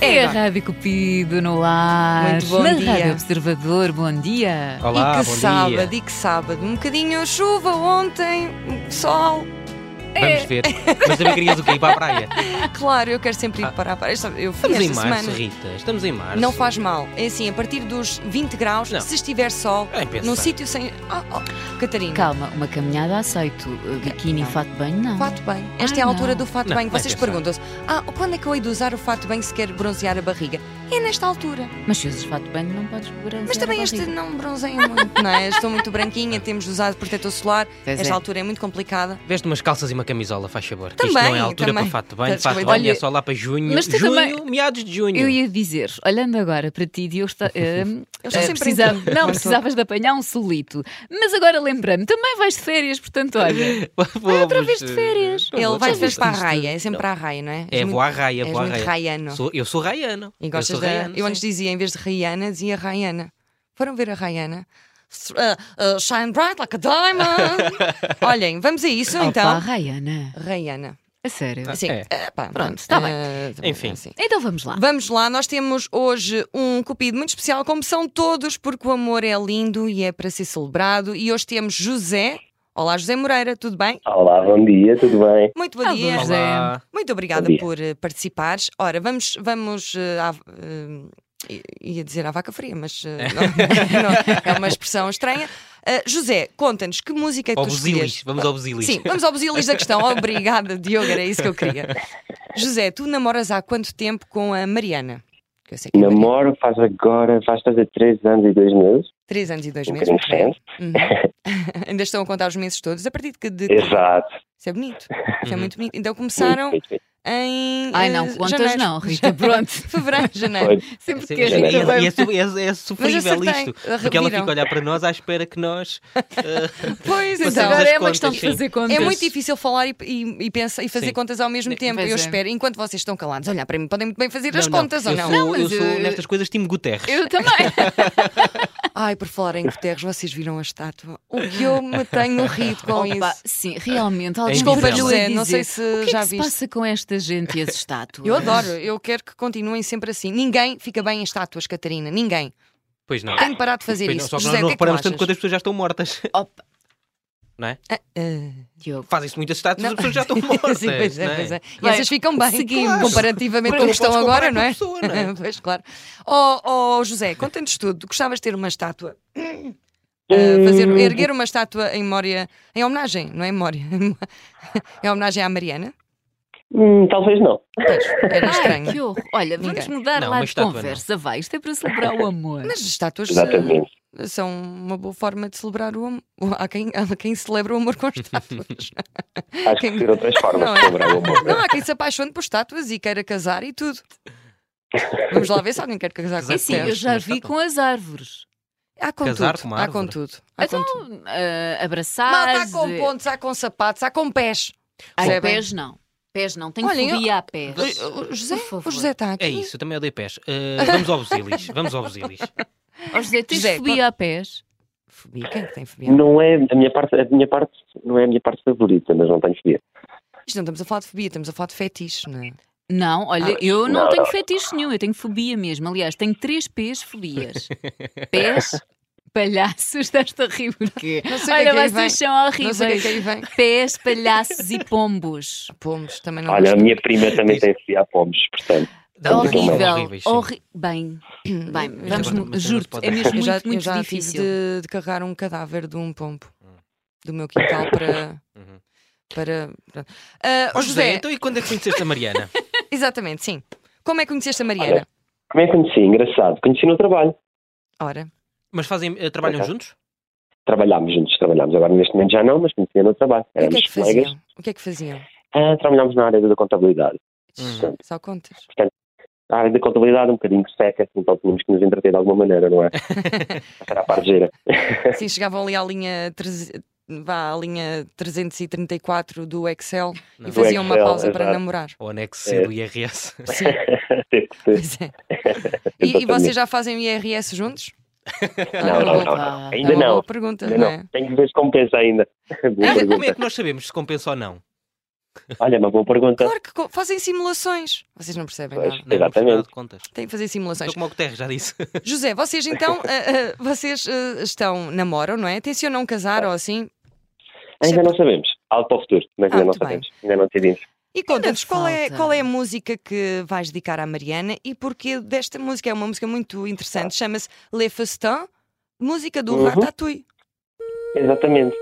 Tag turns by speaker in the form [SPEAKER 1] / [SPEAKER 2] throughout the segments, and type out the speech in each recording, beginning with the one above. [SPEAKER 1] é a Rádio Cupido no ar.
[SPEAKER 2] Muito bom
[SPEAKER 1] Na
[SPEAKER 2] dia. Oh.
[SPEAKER 1] Rádio Observador, bom dia.
[SPEAKER 2] e
[SPEAKER 3] Olá,
[SPEAKER 2] que
[SPEAKER 3] bom
[SPEAKER 2] sábado,
[SPEAKER 3] dia.
[SPEAKER 2] e que sábado. Um bocadinho chuva ontem, sol.
[SPEAKER 3] Vamos ver. Mas também querias o quê? Ir para a praia?
[SPEAKER 2] Ah, Claro, eu quero sempre ir
[SPEAKER 3] Ah.
[SPEAKER 2] para a praia. Eu fui
[SPEAKER 3] Estamos
[SPEAKER 2] esta
[SPEAKER 3] em março,
[SPEAKER 2] semana.
[SPEAKER 3] Rita. Estamos em março.
[SPEAKER 2] Não faz mal. É assim, a partir dos 20 graus,
[SPEAKER 3] Não.
[SPEAKER 2] se estiver sol,
[SPEAKER 3] É impensar.
[SPEAKER 2] num sítio sem. Ah, oh, Catarina.
[SPEAKER 1] Calma, uma caminhada aceito. Uh, Biquíni e
[SPEAKER 2] Não.
[SPEAKER 1] fato de banho, não.
[SPEAKER 2] Fato bem. Esta
[SPEAKER 1] Ah,
[SPEAKER 2] é a altura
[SPEAKER 1] não.
[SPEAKER 2] do fato
[SPEAKER 3] Não,
[SPEAKER 2] bem.
[SPEAKER 3] não é
[SPEAKER 2] Vocês
[SPEAKER 3] pensar.
[SPEAKER 2] perguntam-se: ah, quando é que eu hei de usar o fato bem se quer bronzear a barriga? É nesta altura.
[SPEAKER 1] Mas se usas fato de banho, não podes bronzear
[SPEAKER 2] Mas também
[SPEAKER 1] a
[SPEAKER 2] este
[SPEAKER 1] barriga.
[SPEAKER 2] não bronzeia muito, não é? Estou muito branquinha, temos usado protetor solar.
[SPEAKER 1] Pois
[SPEAKER 2] esta
[SPEAKER 1] é.
[SPEAKER 2] altura é muito complicada.
[SPEAKER 3] Veste umas calças e uma camisola, faz favor. que isto
[SPEAKER 2] Também,
[SPEAKER 3] não é a altura
[SPEAKER 2] também. Tá
[SPEAKER 3] para fato de banho.
[SPEAKER 2] Estás
[SPEAKER 3] Fato de
[SPEAKER 2] com
[SPEAKER 3] banho
[SPEAKER 1] ideia.
[SPEAKER 3] é só lá para junho.
[SPEAKER 1] Mas tu
[SPEAKER 3] junho,
[SPEAKER 1] também-
[SPEAKER 3] meados de junho.
[SPEAKER 1] Eu ia dizer, olhando agora para ti, Diogo, está, eh,
[SPEAKER 2] Oh, Eu estou
[SPEAKER 1] eh,
[SPEAKER 2] sempre
[SPEAKER 1] precisa-
[SPEAKER 2] em tudo.
[SPEAKER 1] não
[SPEAKER 2] Mas
[SPEAKER 1] precisavas de apanhar um solito. Mas agora lembrei-me, também vais de férias, portanto, olha.
[SPEAKER 3] Vamos,
[SPEAKER 1] outra vez de
[SPEAKER 3] eh,
[SPEAKER 1] férias.
[SPEAKER 3] não
[SPEAKER 2] Ele
[SPEAKER 3] vou
[SPEAKER 2] vai
[SPEAKER 3] dizer
[SPEAKER 2] de vez para a
[SPEAKER 3] isto.
[SPEAKER 2] raia, é sempre
[SPEAKER 3] Não.
[SPEAKER 2] para a raia, não é?
[SPEAKER 3] É,
[SPEAKER 2] És
[SPEAKER 3] vou à raia,
[SPEAKER 2] és
[SPEAKER 3] vou à
[SPEAKER 2] muito
[SPEAKER 3] raia.
[SPEAKER 2] raiano.
[SPEAKER 3] Sou- eu sou raiano.
[SPEAKER 2] E gostas
[SPEAKER 3] eu sou
[SPEAKER 2] da.
[SPEAKER 3] raiano,
[SPEAKER 2] eu antes
[SPEAKER 3] sim.
[SPEAKER 2] dizia, em vez de Rihanna, dizia Rihanna. Foram ver a Rihanna? S- ah, ah, shine bright like a diamond. Olhem, vamos a isso
[SPEAKER 1] Opa,
[SPEAKER 2] então.
[SPEAKER 1] Rayana,
[SPEAKER 2] Rihanna.
[SPEAKER 1] a sério.
[SPEAKER 2] Sim.
[SPEAKER 3] é.
[SPEAKER 2] ah, pá,
[SPEAKER 1] Pronto, está bem.
[SPEAKER 2] ah, tá
[SPEAKER 3] Enfim.
[SPEAKER 2] assim.
[SPEAKER 1] Então vamos lá.
[SPEAKER 2] Vamos lá, nós temos hoje um cupido muito especial, como são todos, porque o amor é lindo e é para ser celebrado. E hoje temos José. Olá, José Moreira, tudo bem?
[SPEAKER 4] Olá, bom dia, tudo bem?
[SPEAKER 2] Muito bom
[SPEAKER 1] Alô,
[SPEAKER 2] dia.
[SPEAKER 1] José.
[SPEAKER 3] Olá.
[SPEAKER 2] Muito obrigada
[SPEAKER 4] Bom dia.
[SPEAKER 2] por eh, participares. Ora, vamos, vamos eh, à- eh, i- ia dizer à vaca fria, mas eh, não- não, é uma expressão estranha. Eh, José, conta-nos que música é que
[SPEAKER 3] Ao
[SPEAKER 2] tu
[SPEAKER 3] busilis.
[SPEAKER 2] escolheste?
[SPEAKER 3] Vamos ao busilis.
[SPEAKER 2] Sim, vamos ao busilis da questão. Obrigada, Diogo, era isso que eu queria. José, tu namoras há quanto tempo com a Mariana? Que eu sei que é Mariana.
[SPEAKER 4] Namoro faz agora, faz fazer 3 anos e 2 meses,
[SPEAKER 2] Três anos e dois
[SPEAKER 4] um
[SPEAKER 2] meses.
[SPEAKER 4] bocadinho diferente.
[SPEAKER 2] Uhum. Ainda estão a contar os meses todos. A partir de que. De...
[SPEAKER 4] Exato.
[SPEAKER 2] Isso é bonito. Isso é
[SPEAKER 3] Uhum.
[SPEAKER 2] muito bonito. Então começaram
[SPEAKER 4] Muito, muito,
[SPEAKER 2] em.
[SPEAKER 1] Ai,
[SPEAKER 2] eh,
[SPEAKER 1] não, contas
[SPEAKER 2] janeiro.
[SPEAKER 1] não, Rita, pronto.
[SPEAKER 2] Fevereiro, janeiro.
[SPEAKER 4] muito.
[SPEAKER 1] Sempre que
[SPEAKER 3] E
[SPEAKER 1] a
[SPEAKER 4] Sim,
[SPEAKER 1] Rita
[SPEAKER 4] sim.
[SPEAKER 1] vai
[SPEAKER 3] é, su- é- é sofrível
[SPEAKER 2] acertei. É
[SPEAKER 3] isto. Porque ela
[SPEAKER 2] Viram?
[SPEAKER 3] fica a olhar para nós à espera que nós. eh,
[SPEAKER 2] Pois
[SPEAKER 1] Mas
[SPEAKER 3] Fazer
[SPEAKER 2] então.
[SPEAKER 3] as
[SPEAKER 1] agora é uma
[SPEAKER 3] contas,
[SPEAKER 1] questão de
[SPEAKER 3] sim.
[SPEAKER 1] fazer contas.
[SPEAKER 2] É muito difícil falar e, e, e pensa- e fazer
[SPEAKER 3] Sim.
[SPEAKER 2] contas ao mesmo
[SPEAKER 3] Sim,
[SPEAKER 2] tempo.
[SPEAKER 1] pois
[SPEAKER 2] Eu
[SPEAKER 1] é.
[SPEAKER 2] espero, enquanto vocês estão calados, olhar para mim, podem muito bem fazer as
[SPEAKER 3] não, não.
[SPEAKER 2] contas
[SPEAKER 3] eu
[SPEAKER 2] ou não?
[SPEAKER 3] Sou,
[SPEAKER 1] Não,
[SPEAKER 3] eu
[SPEAKER 1] mas, eh,
[SPEAKER 3] sou, nestas coisas, time Guterres.
[SPEAKER 1] Eu também.
[SPEAKER 2] Ai, por falar em Guterres, vocês viram a estátua. O que eu me tenho rido com
[SPEAKER 1] Opa,
[SPEAKER 2] isso.
[SPEAKER 1] sim, realmente. alguém
[SPEAKER 2] Desculpa,
[SPEAKER 1] deveria
[SPEAKER 2] José,
[SPEAKER 1] dizer,
[SPEAKER 2] não sei
[SPEAKER 1] O
[SPEAKER 2] se
[SPEAKER 1] que é
[SPEAKER 2] já
[SPEAKER 1] que se
[SPEAKER 2] viste.
[SPEAKER 1] passa com esta gente e as estátuas?
[SPEAKER 2] Eu adoro, eu quero que continuem sempre assim. Ninguém fica bem em estátuas, Catarina, ninguém.
[SPEAKER 3] Pois não.
[SPEAKER 2] Tenho parado de fazer
[SPEAKER 3] Pois não,
[SPEAKER 2] isso.
[SPEAKER 3] Só
[SPEAKER 2] Ah,
[SPEAKER 3] que
[SPEAKER 2] José,
[SPEAKER 3] nós
[SPEAKER 2] o
[SPEAKER 3] não
[SPEAKER 2] que é que tu
[SPEAKER 3] reparamos
[SPEAKER 2] achas?
[SPEAKER 3] tanto quanto as pessoas já estão mortas.
[SPEAKER 1] Opa,
[SPEAKER 2] Ah, ah,
[SPEAKER 1] Diogo.
[SPEAKER 3] Fazem-se muitas estátuas
[SPEAKER 2] Não.
[SPEAKER 3] as pessoas já estão mortas.
[SPEAKER 2] Ah. sim, pois
[SPEAKER 3] não
[SPEAKER 2] é,
[SPEAKER 3] é?
[SPEAKER 2] pois é. E
[SPEAKER 1] Bem,
[SPEAKER 2] essas ficam bem,
[SPEAKER 1] seguimos.
[SPEAKER 2] comparativamente
[SPEAKER 3] Porque
[SPEAKER 2] com o
[SPEAKER 3] não
[SPEAKER 2] que estão
[SPEAKER 3] podes comparar
[SPEAKER 2] agora,
[SPEAKER 3] com
[SPEAKER 2] não é?
[SPEAKER 3] a pessoa, não é?
[SPEAKER 2] pois, claro. Oh, oh, José, conta-nos tudo. Gostavas de ter uma estátua? Uh,
[SPEAKER 1] Eh,
[SPEAKER 4] Hum.
[SPEAKER 2] fazer, erguer uma estátua em memória, em homenagem, não é em memória, em homenagem à Mariana?
[SPEAKER 4] Hum, talvez não.
[SPEAKER 2] Pois, era
[SPEAKER 1] Ai,
[SPEAKER 2] estranho.
[SPEAKER 1] que horror. Olha, vamos
[SPEAKER 2] Ninguém.
[SPEAKER 1] mudar
[SPEAKER 3] Não,
[SPEAKER 1] lá
[SPEAKER 3] uma
[SPEAKER 1] de
[SPEAKER 3] estátua,
[SPEAKER 1] conversa, vai. Isto é para celebrar o amor.
[SPEAKER 2] Mas estátuas uh,
[SPEAKER 4] Exatamente.
[SPEAKER 2] são uma boa forma de celebrar o amor. Há quem, há quem celebra o amor com estátuas.
[SPEAKER 3] é?
[SPEAKER 4] Acho que
[SPEAKER 2] Quem-
[SPEAKER 4] ter outras formas
[SPEAKER 2] eh, Não
[SPEAKER 4] de
[SPEAKER 2] é?
[SPEAKER 4] cobrar o amor.
[SPEAKER 2] Não, há quem se apaixone por estátuas e queira casar e tudo. Vamos lá ver se alguém quer casar com
[SPEAKER 1] É sim, eu
[SPEAKER 2] Guterres.
[SPEAKER 1] já
[SPEAKER 3] uma
[SPEAKER 1] vi
[SPEAKER 3] estátua.
[SPEAKER 1] com as árvores.
[SPEAKER 2] Há com
[SPEAKER 3] Casar
[SPEAKER 2] tudo.
[SPEAKER 3] com uma
[SPEAKER 2] há
[SPEAKER 3] árvore?
[SPEAKER 2] com tudo. Há
[SPEAKER 1] então,
[SPEAKER 2] com tudo.
[SPEAKER 1] ah,
[SPEAKER 2] Malta, há
[SPEAKER 1] abraçares.
[SPEAKER 2] com
[SPEAKER 1] eh,
[SPEAKER 2] pontos, há com sapatos, há com pés.
[SPEAKER 1] ai,
[SPEAKER 2] Percebem?
[SPEAKER 1] pés não. Pés não. Tenho
[SPEAKER 2] Olhem,
[SPEAKER 1] fobia a pés.
[SPEAKER 2] O José,
[SPEAKER 1] Por favor.
[SPEAKER 2] o José está aqui.
[SPEAKER 3] É isso, eu também odeio pés. Eh, vamos ao busilis. Vamos ao busilis.
[SPEAKER 1] Ó, Oh, José, tens
[SPEAKER 2] José,
[SPEAKER 1] fobia a pés?
[SPEAKER 2] Fobia, quem é que tem fobia?
[SPEAKER 4] Não é a minha parte, a minha parte não é a minha parte favorita, mas não tenho fobia.
[SPEAKER 2] Isto não estamos a falar de fobia, estamos a falar de fetiche, não é?
[SPEAKER 1] Não, olha, eu não,
[SPEAKER 4] não,
[SPEAKER 1] tenho
[SPEAKER 4] não.
[SPEAKER 1] fetiche nenhum, eu tenho fobia mesmo. Aliás, tenho três P's fobias. Pés, palhaços, estás-te a rir porquê?
[SPEAKER 2] Não sei o que é
[SPEAKER 1] Olha,
[SPEAKER 2] que aí vem.
[SPEAKER 1] vocês são
[SPEAKER 2] Não sei o que é
[SPEAKER 1] horríveis.
[SPEAKER 2] que aí vem. Ah,
[SPEAKER 1] Pés, palhaços e pombos.
[SPEAKER 2] Pomos, também não
[SPEAKER 4] Olha, a
[SPEAKER 2] gosto.
[SPEAKER 4] minha prima também tem fobia a pombos, portanto.
[SPEAKER 3] Não,
[SPEAKER 4] Horrível,
[SPEAKER 3] são
[SPEAKER 1] horrível.
[SPEAKER 3] horríveis, sim.
[SPEAKER 1] horri- Bem, bem,
[SPEAKER 2] Eu
[SPEAKER 1] vamos,
[SPEAKER 3] já- mas também
[SPEAKER 1] juro
[SPEAKER 3] se pode
[SPEAKER 1] é
[SPEAKER 3] dar.
[SPEAKER 1] mesmo
[SPEAKER 2] Eu
[SPEAKER 1] muito,
[SPEAKER 2] já, eu
[SPEAKER 1] muito
[SPEAKER 2] já tive
[SPEAKER 1] difícil.
[SPEAKER 2] de, de carregar um cadáver de um pombo do meu quintal para.
[SPEAKER 3] Uhum.
[SPEAKER 2] para... Ah,
[SPEAKER 3] Ó, José,
[SPEAKER 2] José,
[SPEAKER 3] então e quando é que conheceste a Mariana?
[SPEAKER 2] exatamente, sim. Como é que conheceste a Mariana?
[SPEAKER 4] Como é que conheci? Engraçado. Conheci no trabalho.
[SPEAKER 2] Ora,
[SPEAKER 3] Mas fazem, eh, trabalham
[SPEAKER 4] Ok.
[SPEAKER 3] juntos?
[SPEAKER 4] Trabalhámos juntos, trabalhámos. Agora neste momento já não, mas conhecia no trabalho.
[SPEAKER 2] e o que é
[SPEAKER 4] Éramos
[SPEAKER 2] que
[SPEAKER 4] colegas.
[SPEAKER 2] faziam? O que é que faziam?
[SPEAKER 4] Ah, trabalhámos na área da contabilidade.
[SPEAKER 3] Hum.
[SPEAKER 4] Uhum.
[SPEAKER 2] Só contas.
[SPEAKER 4] A área da contabilidade é um bocadinho seca, então tínhamos que nos entreter de alguma maneira, não é? Era a parte gira.
[SPEAKER 2] Sim, chegavam ali à linha, 13 vá, à linha 334 do Excel
[SPEAKER 3] Não.
[SPEAKER 2] e faziam uma
[SPEAKER 4] Excel,
[SPEAKER 2] pausa para
[SPEAKER 4] exato.
[SPEAKER 2] namorar.
[SPEAKER 3] é Ou é anexo C do IRS?
[SPEAKER 4] É
[SPEAKER 2] Sim,
[SPEAKER 4] Teve que ser.
[SPEAKER 2] pois é. E, e vocês já fazem o IRS juntos?
[SPEAKER 4] Não, não, não.
[SPEAKER 1] Ah,
[SPEAKER 4] não.
[SPEAKER 2] É
[SPEAKER 4] Ainda
[SPEAKER 2] uma
[SPEAKER 4] não.
[SPEAKER 2] boa pergunta,
[SPEAKER 4] Ainda
[SPEAKER 2] não é?
[SPEAKER 4] não. Tenho que ver se compensa ainda. Boa
[SPEAKER 3] Como é
[SPEAKER 4] pergunta.
[SPEAKER 3] que nós sabemos se compensa ou não?
[SPEAKER 4] Olha, uma boa pergunta.
[SPEAKER 2] Claro que co- fazem simulações. Vocês não percebem
[SPEAKER 4] Pois.
[SPEAKER 2] nada.
[SPEAKER 3] Na Universidade
[SPEAKER 4] Exatamente.
[SPEAKER 3] de Contas.
[SPEAKER 2] Têm que fazer simulações.
[SPEAKER 3] Estou como o Guterres já disse.
[SPEAKER 2] José, vocês então, ah, ah, vocês ah, estão, namoram, não é? Tencionam casar ou assim?
[SPEAKER 4] Ainda não sabemos. Alto para o futuro, mas
[SPEAKER 2] Ah,
[SPEAKER 4] ainda não
[SPEAKER 2] muito
[SPEAKER 4] sabemos. Ainda não decidimos.
[SPEAKER 2] E conta-nos
[SPEAKER 1] Ainda
[SPEAKER 2] qual é,
[SPEAKER 1] falta.
[SPEAKER 2] qual é a música que vais dedicar à Mariana e porquê desta música. É uma música muito interessante, chama-se Le Festin, música do
[SPEAKER 4] Uhum.
[SPEAKER 2] Ratatouille.
[SPEAKER 4] Exatamente.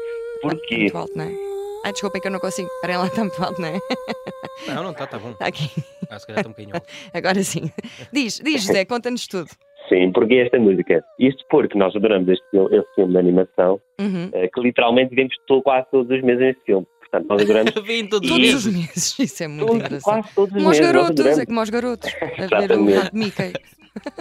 [SPEAKER 4] Porquê?
[SPEAKER 2] Muito alto, não é? Ai, desculpem que eu não consigo. Parem lá, está muito alto, não é?
[SPEAKER 3] Não, não está, está bom.
[SPEAKER 2] Aqui,
[SPEAKER 3] Ah, se calhar está um bocadinho alto.
[SPEAKER 2] agora sim. Diz, diz, José, conta-nos tudo.
[SPEAKER 4] Sim, porque esta música. Isto porque nós adoramos este, fil- este filme de animação,
[SPEAKER 2] Uhum.
[SPEAKER 4] eh, que literalmente vemos to- quase todos os meses neste filme. Portanto, nós adoramos
[SPEAKER 3] Vem todos os
[SPEAKER 2] Todos os
[SPEAKER 3] meses.
[SPEAKER 2] meses, isso é muito
[SPEAKER 4] todos,
[SPEAKER 2] engraçado.
[SPEAKER 4] quase todos os
[SPEAKER 2] Como aos
[SPEAKER 4] meses. nós
[SPEAKER 2] garotos,
[SPEAKER 4] adoramos.
[SPEAKER 2] é como aos garotos. A ver o
[SPEAKER 4] Exatamente.
[SPEAKER 2] rato de Mickey.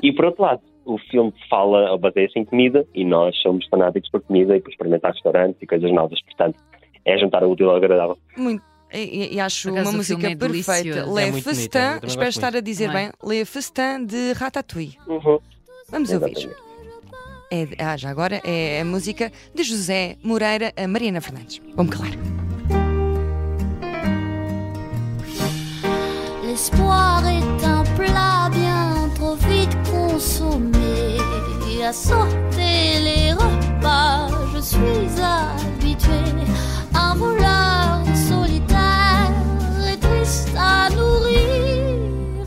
[SPEAKER 4] E por outro lado, o filme fala ou baseia-se em comida e nós somos fanáticos por comida e por experimentar restaurantes e coisas novas. Portanto, é juntar o útil ao agradável.
[SPEAKER 2] Muito. E, e acho
[SPEAKER 1] Por
[SPEAKER 2] uma
[SPEAKER 1] acaso o
[SPEAKER 2] música
[SPEAKER 1] filme é
[SPEAKER 2] perfeita.
[SPEAKER 1] delicioso.
[SPEAKER 2] Le
[SPEAKER 3] É muito bonito,
[SPEAKER 2] Festin,
[SPEAKER 3] eu também gosto
[SPEAKER 2] espero estar a dizer
[SPEAKER 1] Não é?
[SPEAKER 2] bem, Le Festin de Ratatouille.
[SPEAKER 4] Uhum.
[SPEAKER 2] Vamos ouvir.
[SPEAKER 4] Exatamente.
[SPEAKER 2] É, ah, já agora é a música de José Moreira a Mariana Fernandes. Vamos calar.
[SPEAKER 5] L'espoir est un plat bien trop vite consommé. À sauter les repas, je suis habituée. Un voleur solitaire est triste à nourrir.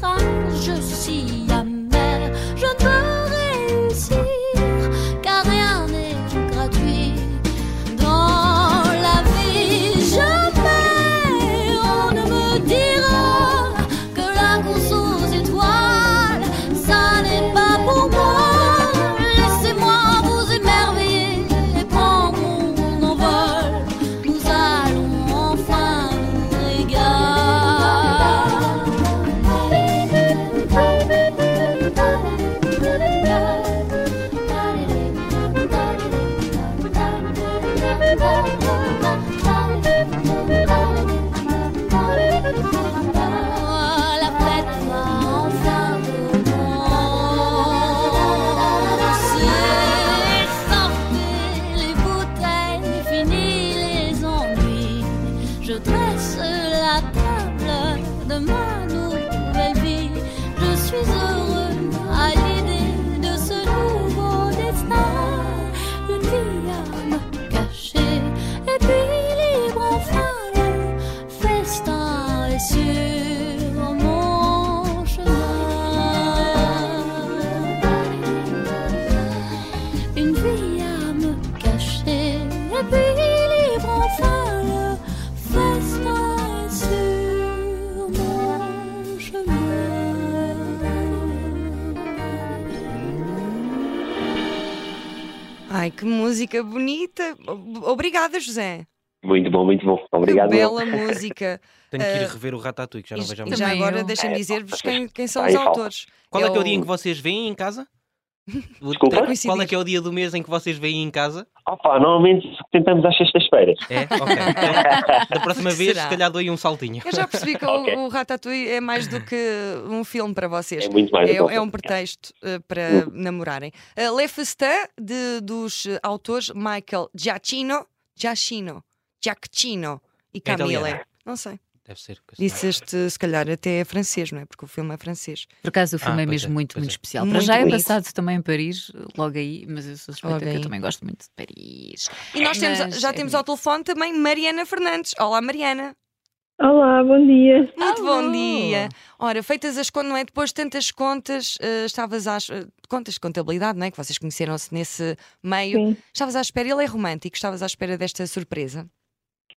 [SPEAKER 5] Un jeu si amer, je ne peux réussir car rien n'est gratuit. Dans la vie, jamais on ne me dira que la course aux étoiles, ça n'est pas pour moi. Laissez-moi vous émerveiller et prendre mon envol. Nous allons enfin nous régaler. La fête va enfin commencer. Sortez les bouteilles, finis les ennuis. Je dresse la table de ma nouvelle vie. Je suis heureux à l'idée de ce nouveau destin. Une vie à me cacher et puis libre enfin le festin est sur mon chemin une vie à me cacher. Et puis libre enfin le festin est sur mon chemin.
[SPEAKER 2] Ai, que música bonita. Ob- Obrigada, José.
[SPEAKER 4] Muito bom, muito bom. Obrigado.
[SPEAKER 2] que
[SPEAKER 4] meu.
[SPEAKER 2] bela música.
[SPEAKER 3] Tenho que
[SPEAKER 2] Eh,
[SPEAKER 3] ir rever o Ratatouille, que já não
[SPEAKER 2] e,
[SPEAKER 3] vejo há
[SPEAKER 2] e
[SPEAKER 3] muito
[SPEAKER 2] já
[SPEAKER 1] Também
[SPEAKER 2] agora
[SPEAKER 1] eu.
[SPEAKER 2] deixem-me dizer-vos quem, quem são
[SPEAKER 4] Ai,
[SPEAKER 2] os
[SPEAKER 4] falta.
[SPEAKER 2] autores.
[SPEAKER 3] Qual é que é o dia em
[SPEAKER 2] Eu-
[SPEAKER 3] que vocês vêm em casa? O-
[SPEAKER 4] Desculpa?
[SPEAKER 3] tem- Qual é que é o dia do mês em que vocês vêm em casa?
[SPEAKER 4] Opa, Ah, normalmente tentamos às sextas-feiras.
[SPEAKER 3] É? Ok. Então, da próxima
[SPEAKER 2] Porque
[SPEAKER 3] vez,
[SPEAKER 2] será?
[SPEAKER 3] se calhar dou aí um saltinho.
[SPEAKER 2] Eu já percebi que
[SPEAKER 4] Ok.
[SPEAKER 2] o, o Ratatouille é mais do que um filme para vocês.
[SPEAKER 4] É muito mais.
[SPEAKER 2] É,
[SPEAKER 4] do que Hum.
[SPEAKER 2] é um pretexto eh, para namorarem. Uh, Le Festin, de- dos eh, autores Michael Giacchino, Giacchino, Giacchino e
[SPEAKER 3] É italiano.
[SPEAKER 2] Camille. Não sei.
[SPEAKER 3] Deve ser. que-
[SPEAKER 2] Disseste, se calhar, até é francês, não é? Porque o filme é francês.
[SPEAKER 1] Por acaso o filme
[SPEAKER 3] Ah,
[SPEAKER 1] é
[SPEAKER 3] pois
[SPEAKER 1] mesmo
[SPEAKER 3] é,
[SPEAKER 1] muito,
[SPEAKER 3] pois
[SPEAKER 1] muito
[SPEAKER 3] é.
[SPEAKER 1] especial.
[SPEAKER 2] Muito
[SPEAKER 1] Para já é
[SPEAKER 2] bonito.
[SPEAKER 1] passado também em Paris, logo aí, mas eu sou suspeita
[SPEAKER 2] Logo
[SPEAKER 1] que
[SPEAKER 2] aí.
[SPEAKER 1] eu também gosto muito de Paris.
[SPEAKER 2] E nós temos,
[SPEAKER 1] Mas
[SPEAKER 2] já
[SPEAKER 1] é
[SPEAKER 2] temos
[SPEAKER 1] bonito.
[SPEAKER 2] ao telefone também Mariana Fernandes. Olá, Mariana.
[SPEAKER 6] Olá, bom dia.
[SPEAKER 2] Muito
[SPEAKER 1] Alô.
[SPEAKER 2] bom dia. Ora, feitas as contas, não é? Depois de tantas contas, eh, estavas às. eh, contas de contabilidade, não é? Que vocês conheceram-se nesse meio.
[SPEAKER 6] Sim.
[SPEAKER 2] Estavas à espera, ele é romântico, estavas à espera desta surpresa.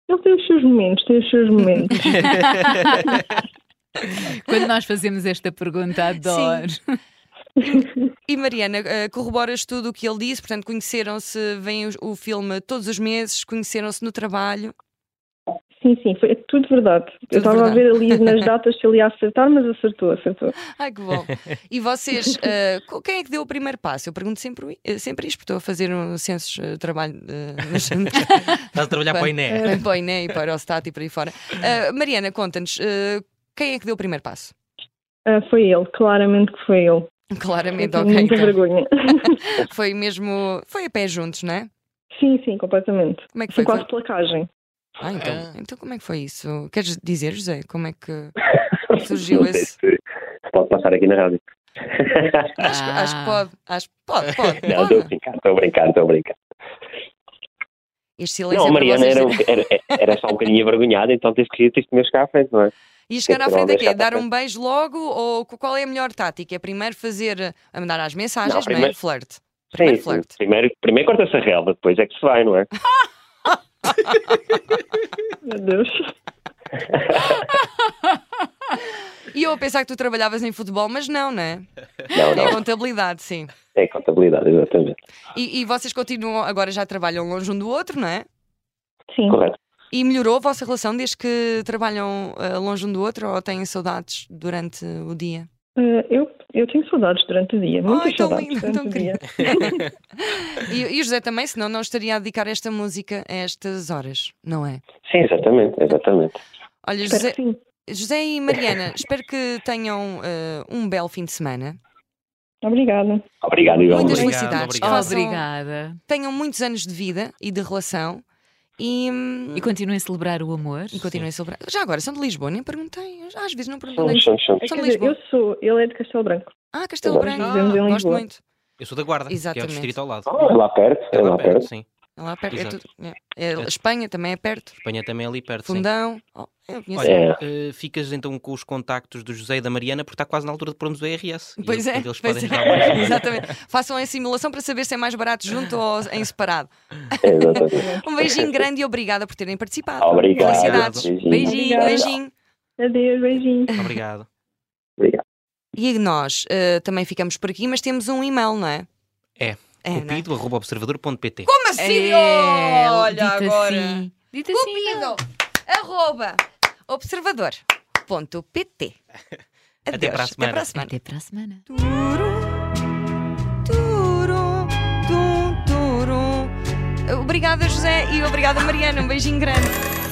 [SPEAKER 6] Ele tem os seus momentos, tem os seus momentos.
[SPEAKER 1] Quando nós fazemos esta pergunta, adoro.
[SPEAKER 2] E Mariana, eh, corroboras tudo o que ele disse, portanto, conheceram-se, vem o, o filme todos os meses, conheceram-se no trabalho.
[SPEAKER 6] Sim, sim, foi tudo verdade.
[SPEAKER 2] Tudo
[SPEAKER 6] Eu estava a
[SPEAKER 2] verdade.
[SPEAKER 6] ver ali nas datas se ele ia acertar, mas acertou, acertou.
[SPEAKER 2] Ai, que bom. E vocês, eh, co- quem é que deu o primeiro passo? Eu pergunto sempre, i- eh, sempre isto, porque estou a fazer um censos eh, de trabalho eh, nas,
[SPEAKER 3] Estás a trabalhar para o
[SPEAKER 6] É
[SPEAKER 3] INE.
[SPEAKER 2] para o INE e para o STAT e por aí fora. Ah, Mariana, conta-nos, ah, quem é que deu o primeiro passo?
[SPEAKER 6] Ah, foi ele, claramente que foi ele.
[SPEAKER 2] Claramente,
[SPEAKER 6] Eu tenho
[SPEAKER 2] ok.
[SPEAKER 6] muita
[SPEAKER 2] então.
[SPEAKER 6] vergonha.
[SPEAKER 2] foi mesmo. Foi a pé juntos, não é?
[SPEAKER 6] Sim, sim, completamente.
[SPEAKER 2] Como é que
[SPEAKER 6] Foi
[SPEAKER 2] foi?
[SPEAKER 6] quase placagem.
[SPEAKER 2] Ah, então,
[SPEAKER 3] Ah.
[SPEAKER 2] então como é que foi isso? Queres dizer, José, como é que surgiu
[SPEAKER 4] Não sei
[SPEAKER 2] esse?
[SPEAKER 4] se- se pode passar aqui na rádio.
[SPEAKER 2] Acho,
[SPEAKER 1] Ah.
[SPEAKER 2] que- acho que pode, acho que pode, pode.
[SPEAKER 4] Não,
[SPEAKER 2] pode.
[SPEAKER 4] estou a brincar, estou a brincar, estou a brincar.
[SPEAKER 2] Este silêncio
[SPEAKER 4] Não,
[SPEAKER 2] é
[SPEAKER 4] a
[SPEAKER 2] para
[SPEAKER 4] Mariana
[SPEAKER 2] vocês
[SPEAKER 6] um
[SPEAKER 4] era,
[SPEAKER 2] dizerem-
[SPEAKER 4] era, era só um bocadinho envergonhada, então tive que, tive que me chegar à frente, não é?
[SPEAKER 2] E chegar à
[SPEAKER 4] Então,
[SPEAKER 2] frente aqui é
[SPEAKER 4] deixa
[SPEAKER 2] dar
[SPEAKER 4] para
[SPEAKER 2] um beijo logo ou qu- qual é a melhor tática? É primeiro fazer, eh, a mandar as mensagens,
[SPEAKER 4] Não,
[SPEAKER 2] não, é?
[SPEAKER 4] primeiro-
[SPEAKER 2] Flirt. Primeiro
[SPEAKER 4] Sim, sim.
[SPEAKER 2] flerte.
[SPEAKER 4] Primeiro, primeiro corta-se a relva, depois é que se vai, não é?
[SPEAKER 6] Meu Deus.
[SPEAKER 2] E eu a pensar que tu trabalhavas em futebol, mas não, não é?
[SPEAKER 4] Não,
[SPEAKER 2] É
[SPEAKER 4] não.
[SPEAKER 2] contabilidade, sim.
[SPEAKER 4] É contabilidade, exatamente.
[SPEAKER 2] E, e vocês continuam, agora já trabalham longe um do outro, não é?
[SPEAKER 6] Sim.
[SPEAKER 4] Correto.
[SPEAKER 2] E melhorou a vossa relação desde que trabalham eh, longe um do outro ou têm saudades durante o dia?
[SPEAKER 6] Eh, eu, eu tenho saudades durante o dia. Muitas
[SPEAKER 2] Ai, tão
[SPEAKER 6] saudades
[SPEAKER 2] Oh, então lindo, tão
[SPEAKER 6] durante o dia.
[SPEAKER 2] E, e o José também, senão não estaria a dedicar esta música a estas horas, não é?
[SPEAKER 4] Sim, exatamente, exatamente.
[SPEAKER 2] Olha,
[SPEAKER 6] Espero
[SPEAKER 2] José,
[SPEAKER 6] que sim.
[SPEAKER 2] José e Mariana, espero que tenham eh, um belo fim de semana.
[SPEAKER 6] Obrigada.
[SPEAKER 4] Obrigado, igualmente.
[SPEAKER 2] Muitas
[SPEAKER 3] Obrigado,
[SPEAKER 2] felicidades. que
[SPEAKER 3] obrigado.
[SPEAKER 2] façam-
[SPEAKER 1] Obrigada.
[SPEAKER 2] Tenham muitos anos de vida e de relação e, hum,
[SPEAKER 1] E continuem a celebrar o amor.
[SPEAKER 2] e continuem a celebrar. Já agora, são de Lisboa, nem perguntei. Eu já Às vezes não perguntei.
[SPEAKER 4] Somos, somos, somos.
[SPEAKER 6] É,
[SPEAKER 2] São
[SPEAKER 6] quer
[SPEAKER 2] de
[SPEAKER 6] dizer,
[SPEAKER 2] Lisboa.
[SPEAKER 6] eu sou, ele é de Castelo Branco.
[SPEAKER 2] Ah, Castelo
[SPEAKER 4] Nós
[SPEAKER 2] Branco.
[SPEAKER 6] vivemos em
[SPEAKER 2] gosto
[SPEAKER 6] Lisboa.
[SPEAKER 2] muito.
[SPEAKER 3] Eu sou da Guarda, que é o
[SPEAKER 2] Exatamente.
[SPEAKER 3] distrito ao lado.
[SPEAKER 4] Oh, é lá perto, é lá perto.
[SPEAKER 3] sim.
[SPEAKER 2] É lá perto. É
[SPEAKER 3] Exato.
[SPEAKER 2] tudo- é- é- Espanha também é perto.
[SPEAKER 3] Espanha também é ali perto, sim.
[SPEAKER 2] Fundão. Oh, eu conheço.
[SPEAKER 3] Olha,
[SPEAKER 4] É.
[SPEAKER 3] eh, ficas então com os contactos do José e da Mariana porque está quase na altura de pormos o IRS. E
[SPEAKER 2] Pois é,
[SPEAKER 3] eles- Eles
[SPEAKER 2] pois
[SPEAKER 3] podem
[SPEAKER 2] é.
[SPEAKER 3] dar mais.
[SPEAKER 2] Exatamente. Façam a simulação para saber se é mais barato junto ou em separado.
[SPEAKER 4] É, exatamente.
[SPEAKER 2] Um beijinho grande e obrigada por terem participado.
[SPEAKER 4] Obrigado.
[SPEAKER 2] Felicidades.
[SPEAKER 4] Beijinho.
[SPEAKER 2] Beijinho,
[SPEAKER 6] Obrigada.
[SPEAKER 2] beijinho.
[SPEAKER 6] Adeus, beijinho.
[SPEAKER 3] Obrigado.
[SPEAKER 4] Obrigado.
[SPEAKER 2] E nós eh, também ficamos por aqui, mas temos um e-mail, não é?
[SPEAKER 3] É.
[SPEAKER 2] É, não é?
[SPEAKER 3] Cupido, arroba observador.pt.
[SPEAKER 2] Como assim?
[SPEAKER 1] É,
[SPEAKER 2] Olha
[SPEAKER 1] dito
[SPEAKER 2] agora.
[SPEAKER 1] Assim, dito assim.
[SPEAKER 2] Cupido, arroba, observador.pt.
[SPEAKER 3] Até
[SPEAKER 2] Adeus,
[SPEAKER 3] para a
[SPEAKER 2] Até para a
[SPEAKER 3] semana.
[SPEAKER 2] semana.
[SPEAKER 1] Até para a semana.
[SPEAKER 2] Turu, turu, tum, turu. Obrigada, José, e obrigada, Mariana. Um beijinho grande.